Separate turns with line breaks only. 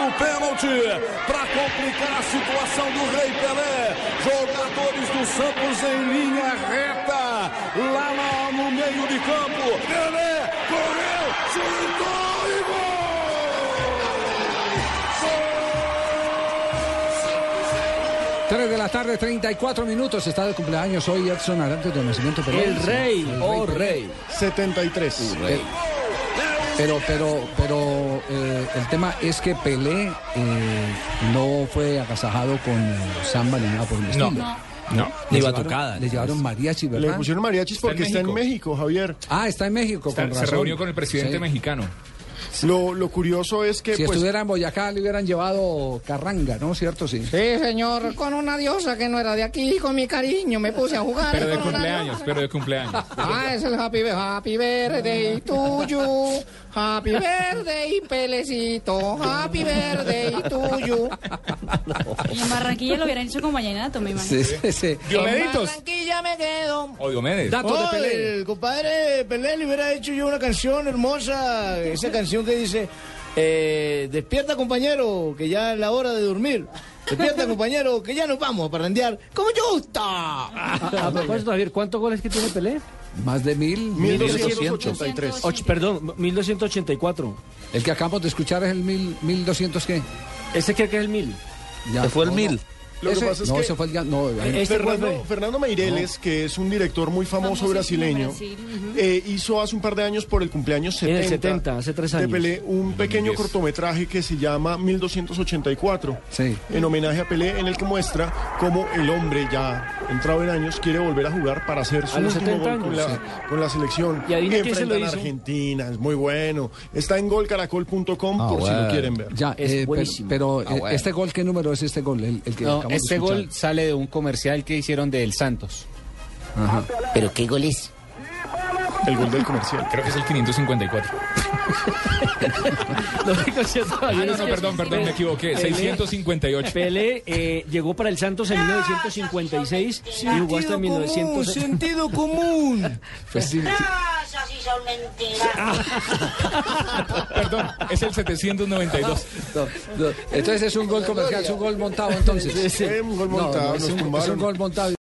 um pênalti para complicar a situação do Rei Pelé. Jogadores do Santos em linha reta, lá no meio de campo. Pelé correu, chutou e gol!
Tres de la tarde, 34 minutos. Está de cumpleaños hoy Edson Arantes de Nascimento Pereira.
El rey, oh rey.
73.
Eh, Pero, pero, pero eh, el tema es que Pelé eh, no fue agasajado con eh, samba ni nada por el estilo.
No.
Le
Ni
llevaron-
batucada.
Le llevaron mariachi,
Le
¿verdad?
pusieron mariachis porque está en,
México.
México, Javier.
Ah, está en México.
Está-
con
se
razón.
reunió con el presidente
Sí.
mexicano.
Lo, lo curioso es que
Si
pues,
estuviera en Boyacá le hubieran llevado carranga, ¿no? ¿Cierto? Sí.
Sí, señor, con una diosa que no era de aquí, con mi cariño me puse a jugar.
Pero de
con una
cumpleaños,
diosa.
pero de cumpleaños.
Ah, es el happy, Be- happy birthday tuyo, happy birthday pelecito, happy birthday tuyo.
Y en Barranquilla lo hubieran hecho con vallenato, me imagino.
Sí, sí, sí.
Diomeditos.
Barranquilla me quedo.
O Diomedes.
Datos de
Oh,
Pelé.
El compadre Pelé le hubiera hecho yo una canción hermosa, esa canción que dice, eh, despierta compañero, que ya es la hora de dormir. Despierta compañero, que ya nos vamos a parrandear. ¡Como yo gusta!
A propósito, Ah, pues, Javier, ¿cuántos goles que tiene Pelé?
Más de mil.
1283.
Ocho, perdón, 1284.
El que acabamos de escuchar es el mil, mil doscientos qué.
Ese creo que es el mil.
Ya,
Se fue el
no,
mil.
no.
Lo que
Ese-
pasa es
no,
que-
se fue el ga- no, ahí-
Este
Fernando,
fue-
Fernando Meireles, que es un director muy famoso
Famosísimo
brasileño,
Brasil,
eh, hizo hace un par de años por el cumpleaños
En
70,
el 70, hace tres
de
años.
Pelé un pequeño
2010.
cortometraje que se llama 1284,
Sí.
en homenaje a Pelé, en el que muestra cómo el hombre ya entrado en años quiere volver a jugar para hacer su
A los
último
70
gol con
años,
la, con la selección.
Y adivina quién se lo
Enfrentan a
hizo.
Argentina, es muy bueno. Está en golcaracol.com
Ah,
por si lo
bueno.
quieren ver.
Ya,
Es
eh, per-
buenísimo.
pero eh,
bueno.
este gol, ¿qué número es este gol? El, el que
No,
acabamos de
este
escuchar.
gol sale de un comercial que hicieron del Santos.
¿Pero qué gol es?
El gol del comercial.
Creo que es el 554.
Lo que concierto,
Ah,
Javier,
no,
es
no,
que
perdón, perdón, me equivoqué.
Pelé-
658.
Pelé eh, llegó para el Santos en 1956 y jugó hasta
Sentido común,
¿eh?
1900.
sentido común.
Pues sí, sí.
Así son mentiras.
Perdón, es el 792.
No, no. Entonces es un gol comercial, es un gol montado entonces.
Es un gol
No,
montado,
no, es
nos
un- es
tumbaron.
un gol montado.